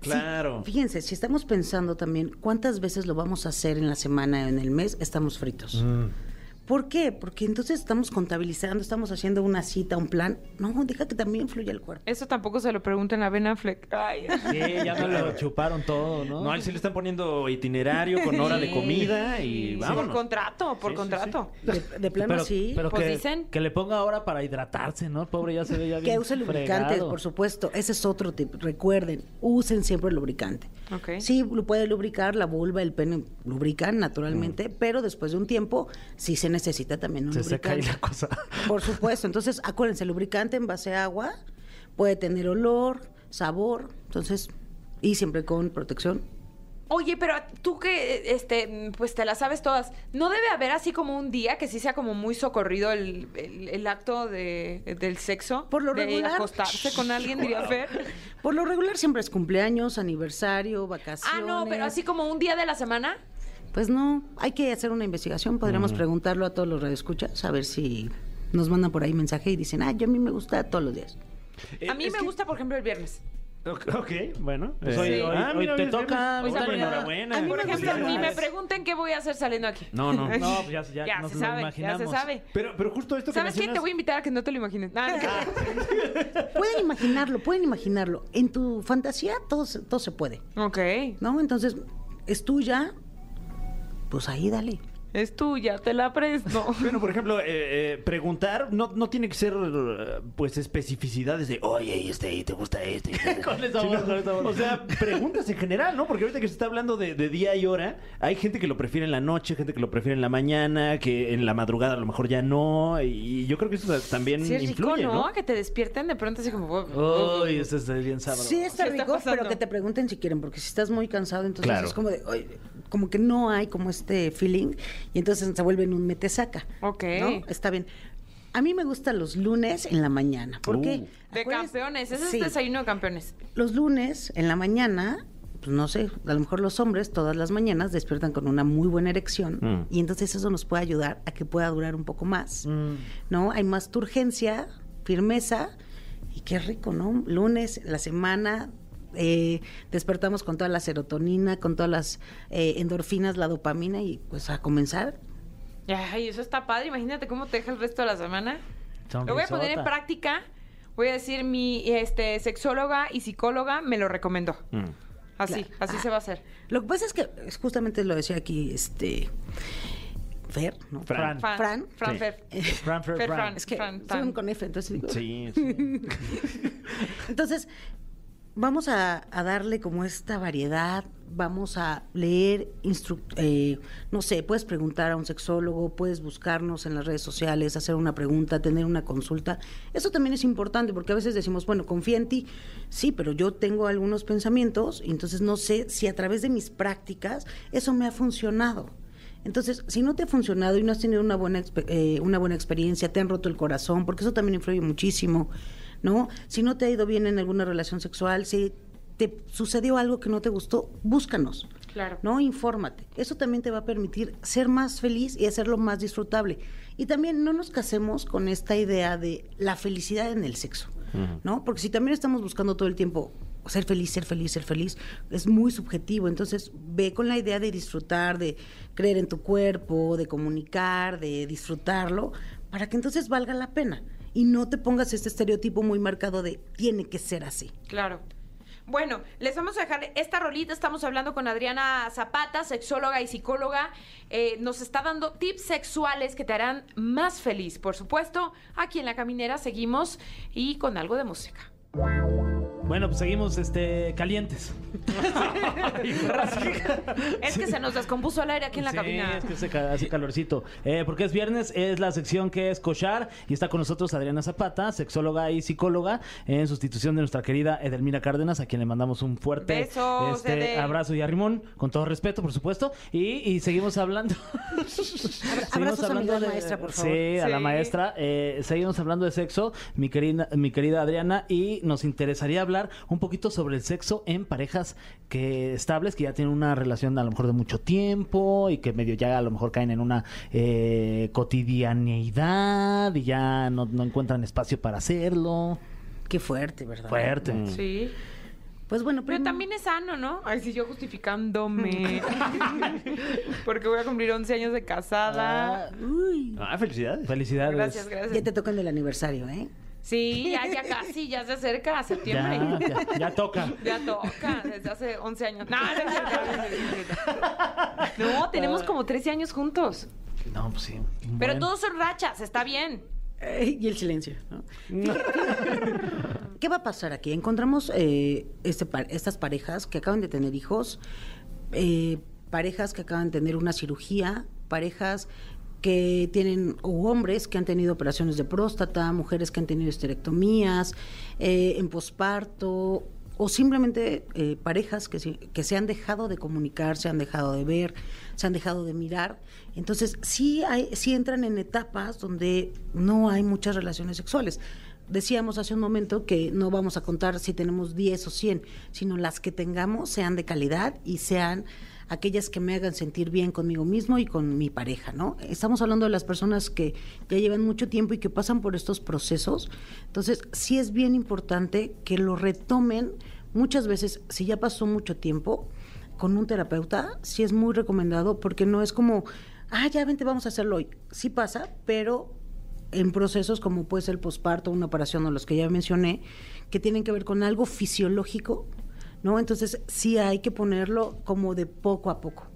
Claro.
Fíjense, si estamos pensando también cuántas veces lo vamos a hacer en la semana o en el mes, estamos fritos.
Mm.
¿Por qué? Porque entonces estamos contabilizando, estamos haciendo una cita, un plan. No, deja que también fluya el cuerpo.
Eso tampoco se lo pregunten a Ben Affleck. Ay.
Sí, ya me lo chuparon todo, ¿no? pues
No, a él sí le están poniendo itinerario con hora de comida y
Por
vámonos.
contrato, por
Sí, sí,
contrato.
De, de plano
pero,
sí.
pero
Pues
que,
dicen.
que le ponga ahora para hidratarse, ¿no? El pobre ya se ve ya bien
que use lubricante,
fregado.
por supuesto. Ese es otro tip. Recuerden, usen siempre lubricante.
Ok.
Sí, lo puede lubricar la vulva, el pene, lubrican naturalmente, pero después de un tiempo sí se necesita también un
Se seca ahí
lubricante.
la cosa.
Por supuesto, entonces acuérdense, lubricante en base a agua puede tener olor, sabor, entonces, y siempre con protección.
Oye, pero tú que este, pues te las sabes todas, ¿no debe haber así como un día que sí sea como muy socorrido el, el- el acto de, del sexo?
Por lo
de
regular.
acostarse con alguien, diría Fer.
Por lo regular siempre es cumpleaños, aniversario, vacaciones.
Ah, no, pero así como un día de la semana.
Pues no, hay que hacer una investigación, podríamos preguntarlo a todos los radioescuchas, a ver si nos mandan por ahí mensaje y dicen, ah, yo a mí me gusta todos los días.
Eh,
A mí
es
me
que-
gusta, por ejemplo, el viernes.
Ok, ok, bueno.
Pues hoy- hoy- hoy te
es viernes.
toca,
Hoy
Hoy
está
se pone-
enhorabuena.
Por
Feliz
ejemplo, ni me
viernes.
pregunten qué voy a hacer saliendo aquí.
No, no.
No, pues ya, ya,
Ya
nos
se
lo
sabe, ya se
imaginamos.
sabe.
Pero, pero justo esto que
¿Sabes qué?
mencionas-
Te voy a invitar a que no te lo imagines. No, no,
Pueden imaginarlo, pueden imaginarlo. En tu fantasía todo, se- todo se puede,
no. ok,
¿no? Entonces, es tuya, pues ahí dale.
es tuya, te la presto.
Bueno, por ejemplo, eh, eh, preguntar no, no tiene que ser eh, pues especificidades de oye, y este, y te gusta este. y te gusta-".
Con esa voz,
Sino-
con esa voz.
O sea, preguntas en general, ¿no? Porque ahorita que se está hablando de, de día y hora, hay gente que lo prefiere en la noche, gente que lo prefiere en la mañana, que en la madrugada a lo mejor ya no. Y yo creo que eso también
Sí, es rico,
influye,
¿no?
¿no?
Que te despierten de pronto así como...
Uy, ese es bien sabroso.
Sí, está
Sí está
rico,
pasando.
pero que te pregunten si quieren, porque si estás muy cansado, entonces
Claro.
es como de, "Ay", como que no hay como este feeling, y entonces se vuelven un metesaca.
Ok.
¿no? Está bien. A mí me gustan los lunes en la mañana, porque...
Uh.
De campeones, ese
Sí.
es este desayuno de campeones.
Los lunes en la mañana, pues no sé, a lo mejor los hombres todas las mañanas despiertan con una muy buena erección
Mm.
y entonces eso nos puede ayudar a que pueda durar un poco más,
Mm.
¿no? Hay más turgencia, firmeza y qué rico, ¿no? Lunes, la semana, eh, despertamos con toda la serotonina, con todas las eh, endorfinas, la dopamina y pues a comenzar.
Ay, eso está padre. Imagínate cómo te deja el resto de la semana. Lo voy a poner en
Sonrisota.
práctica. Voy a decir mi este sexóloga y psicóloga me lo recomendó.
Mm.
Así,
Claro.
así se va a hacer.
Lo que pasa es que es justamente lo decía aquí este Fer, ¿no?
Fran.
Fran, Fran, Eh.
Fran.
Sí.
Fer.
Fran, Fer,
Fer,
Fran.
Fran.
Es que
Fran,
soy
Fran.
un con F, entonces digo,
Sí, sí.
Entonces, vamos a, a darle como esta variedad, vamos a leer, instru- eh, no sé, puedes preguntar a un sexólogo, puedes buscarnos en las redes sociales, hacer una pregunta, tener una consulta. Eso también es importante porque a veces decimos, bueno, confía en ti, sí, pero yo tengo algunos pensamientos y entonces no sé si a través de mis prácticas eso me ha funcionado. Entonces, si no te ha funcionado y no has tenido una buena, expe- eh, una buena experiencia, te han roto el corazón, porque eso también influye muchísimo, ¿no? Si no te ha ido bien en alguna relación sexual, si te sucedió algo que no te gustó, búscanos.
Claro.
¿No? Infórmate. Eso también te va a permitir ser más feliz y hacerlo más disfrutable. Y también no nos casemos con esta idea de la felicidad en el sexo, ¿no? Porque si también estamos buscando todo el tiempo ser feliz, ser feliz, ser feliz, es muy subjetivo. Entonces, ve con la idea de disfrutar, de creer en tu cuerpo, de comunicar, de disfrutarlo, para que entonces valga la pena. Y no te pongas este estereotipo muy marcado de tiene que ser así.
Claro. Bueno, les vamos a dejar esta rolita. Estamos hablando con Adriana Zapata, sexóloga y psicóloga. Eh, nos está dando tips sexuales que te harán más feliz. Por supuesto, aquí en La Caminera seguimos y con algo de música.
Bueno, pues seguimos este, calientes.
Es que se nos descompuso el aire aquí en la
Sí,
cabina.
Es que hace, ca- hace calorcito. Eh, porque es viernes, es la sección que es cochar. Y está con nosotros Adriana Zapata, sexóloga y psicóloga, en sustitución de nuestra querida Edelmira Cárdenas, a quien le mandamos un fuerte
Besos,
este,
Edel.
abrazo y arrimón, con todo respeto, por supuesto. Y, y seguimos hablando. seguimos
abrazos a mi gran maestra, por favor.
Sí, a la
Sí.
maestra. Eh, seguimos hablando de sexo, mi querida, mi querida Adriana, y nos interesaría hablar un poquito sobre el sexo en parejas que estables, que ya tienen una relación a lo mejor de mucho tiempo y que medio ya a lo mejor caen en una eh, cotidianeidad y ya no, no encuentran espacio para hacerlo.
Qué fuerte,
Ah,
¿verdad?
Fuerte.
Sí.
Pues bueno,
Pero
prim-
también es sano, ¿no? Ay, sí, yo justificándome. Porque voy a cumplir 11 años de casada.
Uy.
Ah, felicidades.
Felicidades.
Gracias, gracias.
Ya te tocan el aniversario, ¿eh?
Sí, ya, ya casi, ya se acerca a septiembre.
Ya, ya, ya toca.
Ya toca, desde hace 11 años. No, no, es cierto, no, es cierto. No, tenemos como 13 años juntos.
No, pues sí.
Pero
Bueno.
todos son rachas, está bien.
Eh, Y el silencio, ¿no? ¿Qué va a pasar aquí? Encontramos eh, este par- estas parejas que acaban de tener hijos, eh, parejas que acaban de tener una cirugía, parejas que tienen, o hombres que han tenido operaciones de próstata, mujeres que han tenido esterectomías, eh, en posparto, o simplemente eh, parejas que se, que se han dejado de comunicar, se han dejado de ver, se han dejado de mirar. Entonces, sí, hay, sí entran en etapas donde no hay muchas relaciones sexuales. Decíamos hace un momento que no vamos a contar si tenemos 10 o 100, sino las que tengamos sean de calidad y sean aquellas que me hagan sentir bien conmigo mismo y con mi pareja, ¿no? Estamos hablando de las personas que ya llevan mucho tiempo y que pasan por estos procesos. Entonces, sí es bien importante que lo retomen muchas veces, si ya pasó mucho tiempo, con un terapeuta, sí es muy recomendado porque no es como, ah, ya vente, vamos a hacerlo hoy. Sí pasa, pero en procesos como puede ser el posparto, una operación o los que ya mencioné, que tienen que ver con algo fisiológico, ¿no? Entonces sí hay que ponerlo como de poco a poco,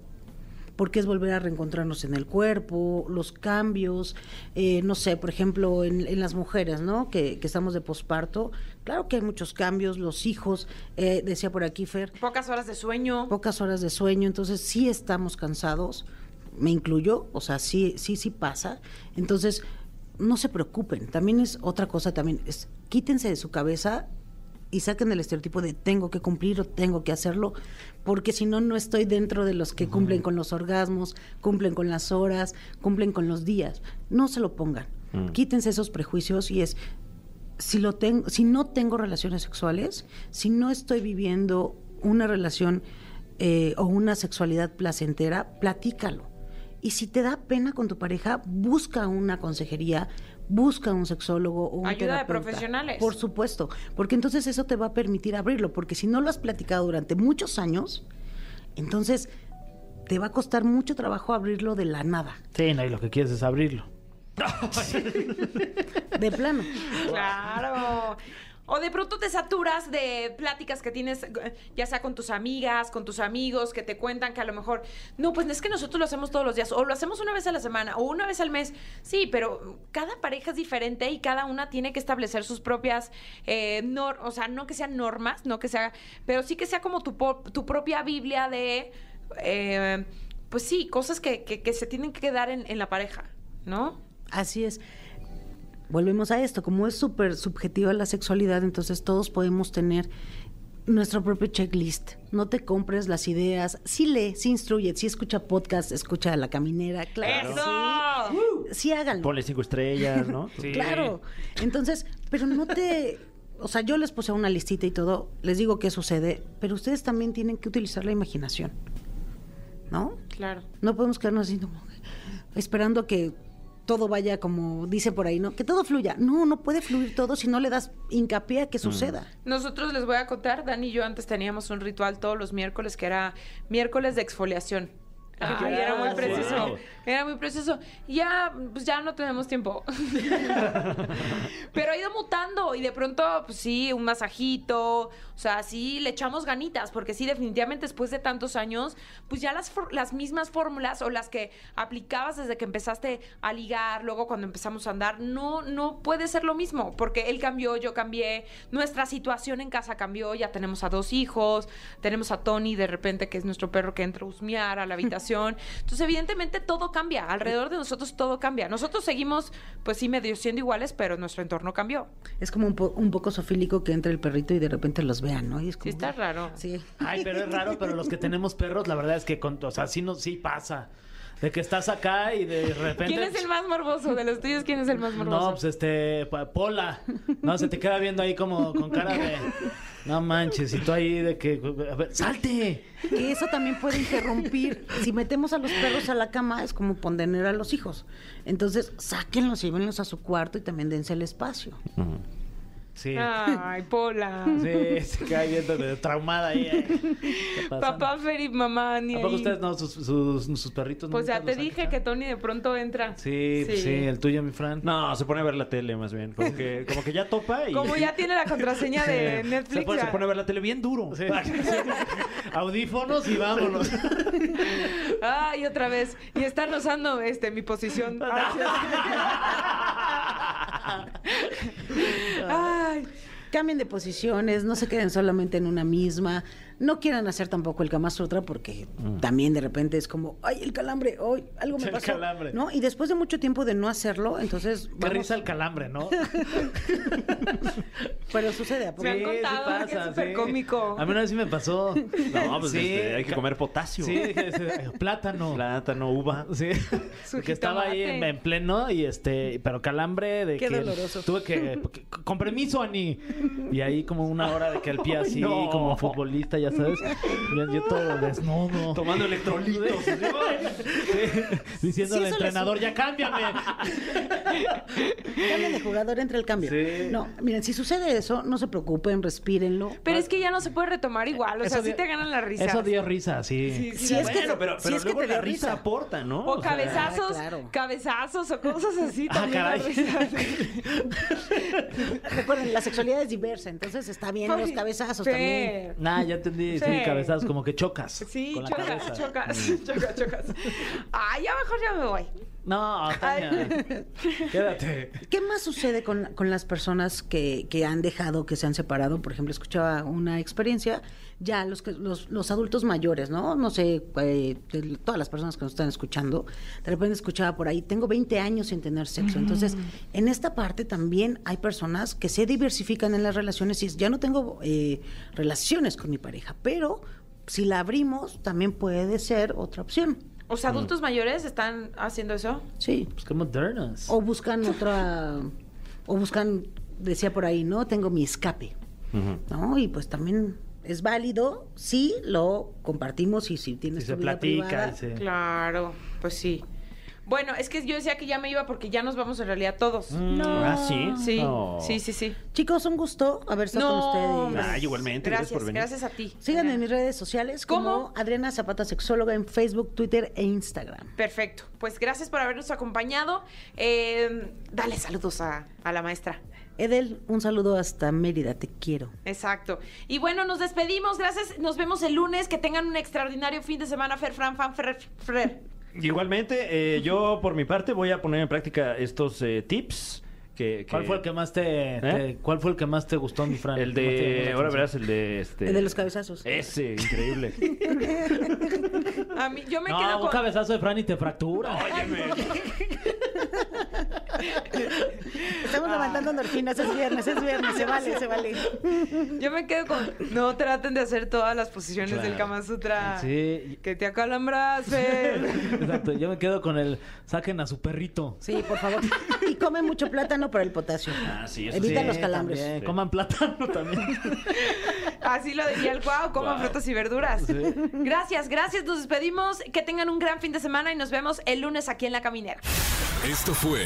porque es volver a reencontrarnos en el cuerpo, los cambios, eh, no sé, por ejemplo, en, en las mujeres, ¿no? Que, que estamos de posparto, claro que hay muchos cambios, los hijos, eh, decía por aquí Fer,
Pocas horas de sueño.
pocas horas de sueño, entonces sí estamos cansados, me incluyo, o sea, sí, sí, sí pasa. Entonces, no se preocupen, también es otra cosa, también es quítense de su cabeza y saquen el estereotipo de tengo que cumplir o tengo que hacerlo, porque si no, no estoy dentro de los que cumplen con los orgasmos, cumplen con las horas, cumplen con los días. No se lo pongan. Quítense esos prejuicios y es, si lo tengo, si no tengo relaciones sexuales, si no estoy viviendo una relación eh, o una sexualidad placentera, platícalo. Y si te da pena con tu pareja, busca una consejería, busca un sexólogo o un
Ayuda de
terapeuta.
profesionales.
Por supuesto, porque entonces eso te va a permitir abrirlo, porque si no lo has platicado durante muchos años, entonces te va a costar mucho trabajo abrirlo de la nada,
Sí, no, y lo que quieres es abrirlo.
de plano.
Claro. O de pronto te saturas de pláticas que tienes, eh, ya sea con tus amigas, con tus amigos, que te cuentan que a lo mejor, no, pues es que nosotros lo hacemos todos los días, o lo hacemos una vez a la semana, o una vez al mes. Sí, pero cada pareja es diferente y cada una tiene que establecer sus propias, eh, nor- o sea, no que sean normas, no que sea, pero sí que sea como tu, po- tu propia Biblia de, eh, pues sí, cosas que, que- que se tienen que quedar en, en la pareja, ¿no?
Así es. Volvemos a esto, como es súper subjetiva la sexualidad, entonces todos podemos tener nuestro propio checklist. No te compres las ideas, sí lee, sí instruye, sí escucha podcast, escucha la caminera, claro. que
¡Eso!
Sí, sí háganlo.
Ponle cinco estrellas, ¿no?
Claro. Entonces, pero no te. O sea, yo les puse una listita y todo, les digo qué sucede, pero ustedes también tienen que utilizar la imaginación. ¿No?
Claro.
No podemos quedarnos así como esperando que todo vaya como dice por ahí, ¿no? Que todo fluya. No, no puede fluir todo si no le das hincapié a que suceda.
Nosotros les voy a contar, Dani y yo antes teníamos un ritual todos los miércoles que era miércoles de exfoliación. Ay, era muy preciso.
wow.
Era muy preciso. Ya, pues ya no tenemos tiempo. Pero ha ido mutando y de pronto, pues sí, un masajito. O sea, sí le echamos ganitas, porque sí, definitivamente después de tantos años, pues ya las, for- las mismas fórmulas o las que aplicabas desde que empezaste a ligar, luego cuando empezamos a andar, no, no puede ser lo mismo, porque él cambió, yo cambié, nuestra situación en casa cambió, ya tenemos a dos hijos, tenemos a Tony de repente, que es nuestro perro que entra a husmear a la habitación. Entonces, evidentemente todo cambia, alrededor de nosotros todo cambia. Nosotros seguimos, pues sí, medio siendo iguales, pero nuestro entorno cambió.
Es como un, po- un poco sofílico que entre el perrito y de repente los vean, ¿no? Y es como,
Sí, está raro.
Sí.
Ay, pero es raro, pero los que tenemos perros, la verdad es que, con, o sea, sí, no, sí pasa. De que estás acá y de repente...
¿Quién es el más morboso de los tuyos? ¿Quién es el más morboso?
No, pues este, pa- Pola. No, se te queda viendo ahí como con cara de. No manches, y tú ahí de que. A ver, salte.
Y eso también puede interrumpir. Si metemos a los perros a la cama, es como pondener a los hijos. Entonces, sáquenlos, llévenlos a su cuarto y también dense el espacio.
Mm.
Sí.
Ay, Pola.
Sí, se queda viendo de- traumada ahí. eh. ¿Qué pasa?
Papá Feri, mamá, ni
¿A poco
ahí.
ustedes no? Sus, sus, sus perritos no
Pues ya
nunca
te
los han
dije
echado?
que Tony de pronto entra.
Sí, pues sí, sí, el tuyo, mi Fran.
No, se pone a ver la tele más bien. Como que, como que ya topa y.
Como ya tiene la contraseña de Netflix.
Se pone, se
ya.
pone a ver la tele bien duro.
Sí. Audífonos y vámonos.
Ay, otra vez. Y están usando este, mi posición. Ay, sí. Ay.
Cambien de posiciones, no se queden solamente en una misma. No quieran hacer tampoco el Kama Sutra porque también de repente es como, ay, el calambre, hoy algo me
El
pasó.
calambre.
¿No? Y después de mucho tiempo de no hacerlo, entonces
Qué
vamos,
risa el calambre, ¿no?
pero sucede a poco.
Me han contado que es supercómico.
A mí una vez sí me pasó.
No, pues
Sí,
este, hay que comer potasio.
Sí, dije, sí, plátano.
Plátano, uva.
Sí.
Su
que estaba ahí en,
jitomate.
en pleno y este, pero calambre de
Qué
que
doloroso.
tuve que, eh, porque- con permiso Ani y ahí como una hora de que el pie así
no.
como futbolista, ya sabes, yo, yo todo desnudo.
Tomando electrolitos.
Sí,
Sí,
Diciéndole al
eso le
entrenador, ya cámbiame.
Cambien de jugador, entre el cambio.
Sí.
No, miren, si sucede eso, no se preocupen, respírenlo.
Pero es que ya no se puede retomar igual. O sea,
Eso
sí
dio-
te ganan las risas.
Eso dio risa, sí.
Sí, sí,
Si
la
es que-
bueno, pero, pero
si es que
luego
te
la
da
risa
risa.
aporta, ¿no?
O
sea,
cabezazos,
Ah, claro.
cabezazos o cosas así.
Ah,
también dan
caray.
risa.
Recuerden, la sexualidad es diversa, entonces está bien los
Ay,
cabezazos
Fer.
también.
Nah, ya entendí, sí,
Sí.
cabezazos, como que chocas.
Sí,
con la cabeza.
chocas, chocas, chocas, chocas. Ay, ya mejor ya me voy.
No, Tania, quédate.
¿Qué más sucede con, con las personas que, que han dejado, que se han separado? Por ejemplo, escuchaba una experiencia, ya los, que- los, los adultos mayores, ¿no? No sé, eh, de todas las personas que nos están escuchando, de repente escuchaba por ahí, tengo 20 años sin tener sexo. Entonces, en esta parte también hay personas que se diversifican en las relaciones y es, ya no tengo eh, relaciones con mi pareja, pero si la abrimos, también puede ser otra opción.
¿Los adultos mayores están haciendo eso?
Sí.
Pues qué modernos.
Oh,
O buscan otra. o buscan, decía por ahí, ¿no? Tengo mi escape. ¿No? Y pues también es válido si lo compartimos y si tienes
Si
tu
se
vida
platica.
privada.
y se-
Claro, pues sí. Bueno, es que yo decía que ya me iba porque ya nos vamos en realidad todos.
Mm.
No.
Ah, sí.
Sí,
No.
sí, sí, sí.
Chicos, un gusto haber estado
No,
con
hombre.
ustedes.
Ay, igualmente, gracias
Gracias,
por venir.
gracias a ti.
Síganme en
Adriana.
mis redes sociales
¿Cómo?
como Adriana Zapata Sexóloga en Facebook, Twitter e Instagram.
Perfecto. Pues gracias por habernos acompañado. Eh, dale saludos a, a la maestra.
Edel, un saludo hasta Mérida, te quiero.
Exacto. Y bueno, nos despedimos. Gracias. Nos vemos el lunes. Que tengan un extraordinario fin de semana. Fer, Fran, Fan, Fer, Fer.
Igualmente, eh, yo por mi parte voy a poner en práctica estos eh, tips. Que,
¿Cuál fue el que más te, te- ¿Cuál fue el que más te gustó, mi Fran?
¿Eh? El
¿Cómo te
de.
llamó
Ahora
la
verás el de este.
El de los cabezazos.
Ese, increíble.
A mí, yo me
atención?
quedo
No, un
con. Oh,
cabezazo de Fran y te fractura.
Óyeme.
Estamos levantando endorfinas, es viernes, es viernes, se vale, se vale.
Yo me quedo con. No traten de hacer todas las posiciones del Kama Sutra.
Sí.
Que te acalambras, Fer.
Exacto, yo me quedo con el saquen a su perrito.
Sí, por favor. Y come mucho plátano para el potasio.
Ah, sí, eso
Evita
sí.
los calambres.
también.
Sí.
Coman plátano también.
Así lo diría el guau, coman
Guau.
frutas y verduras. Gracias, gracias, nos despedimos. Que tengan un gran fin de semana y nos vemos el lunes aquí en La Caminera.
Esto fue.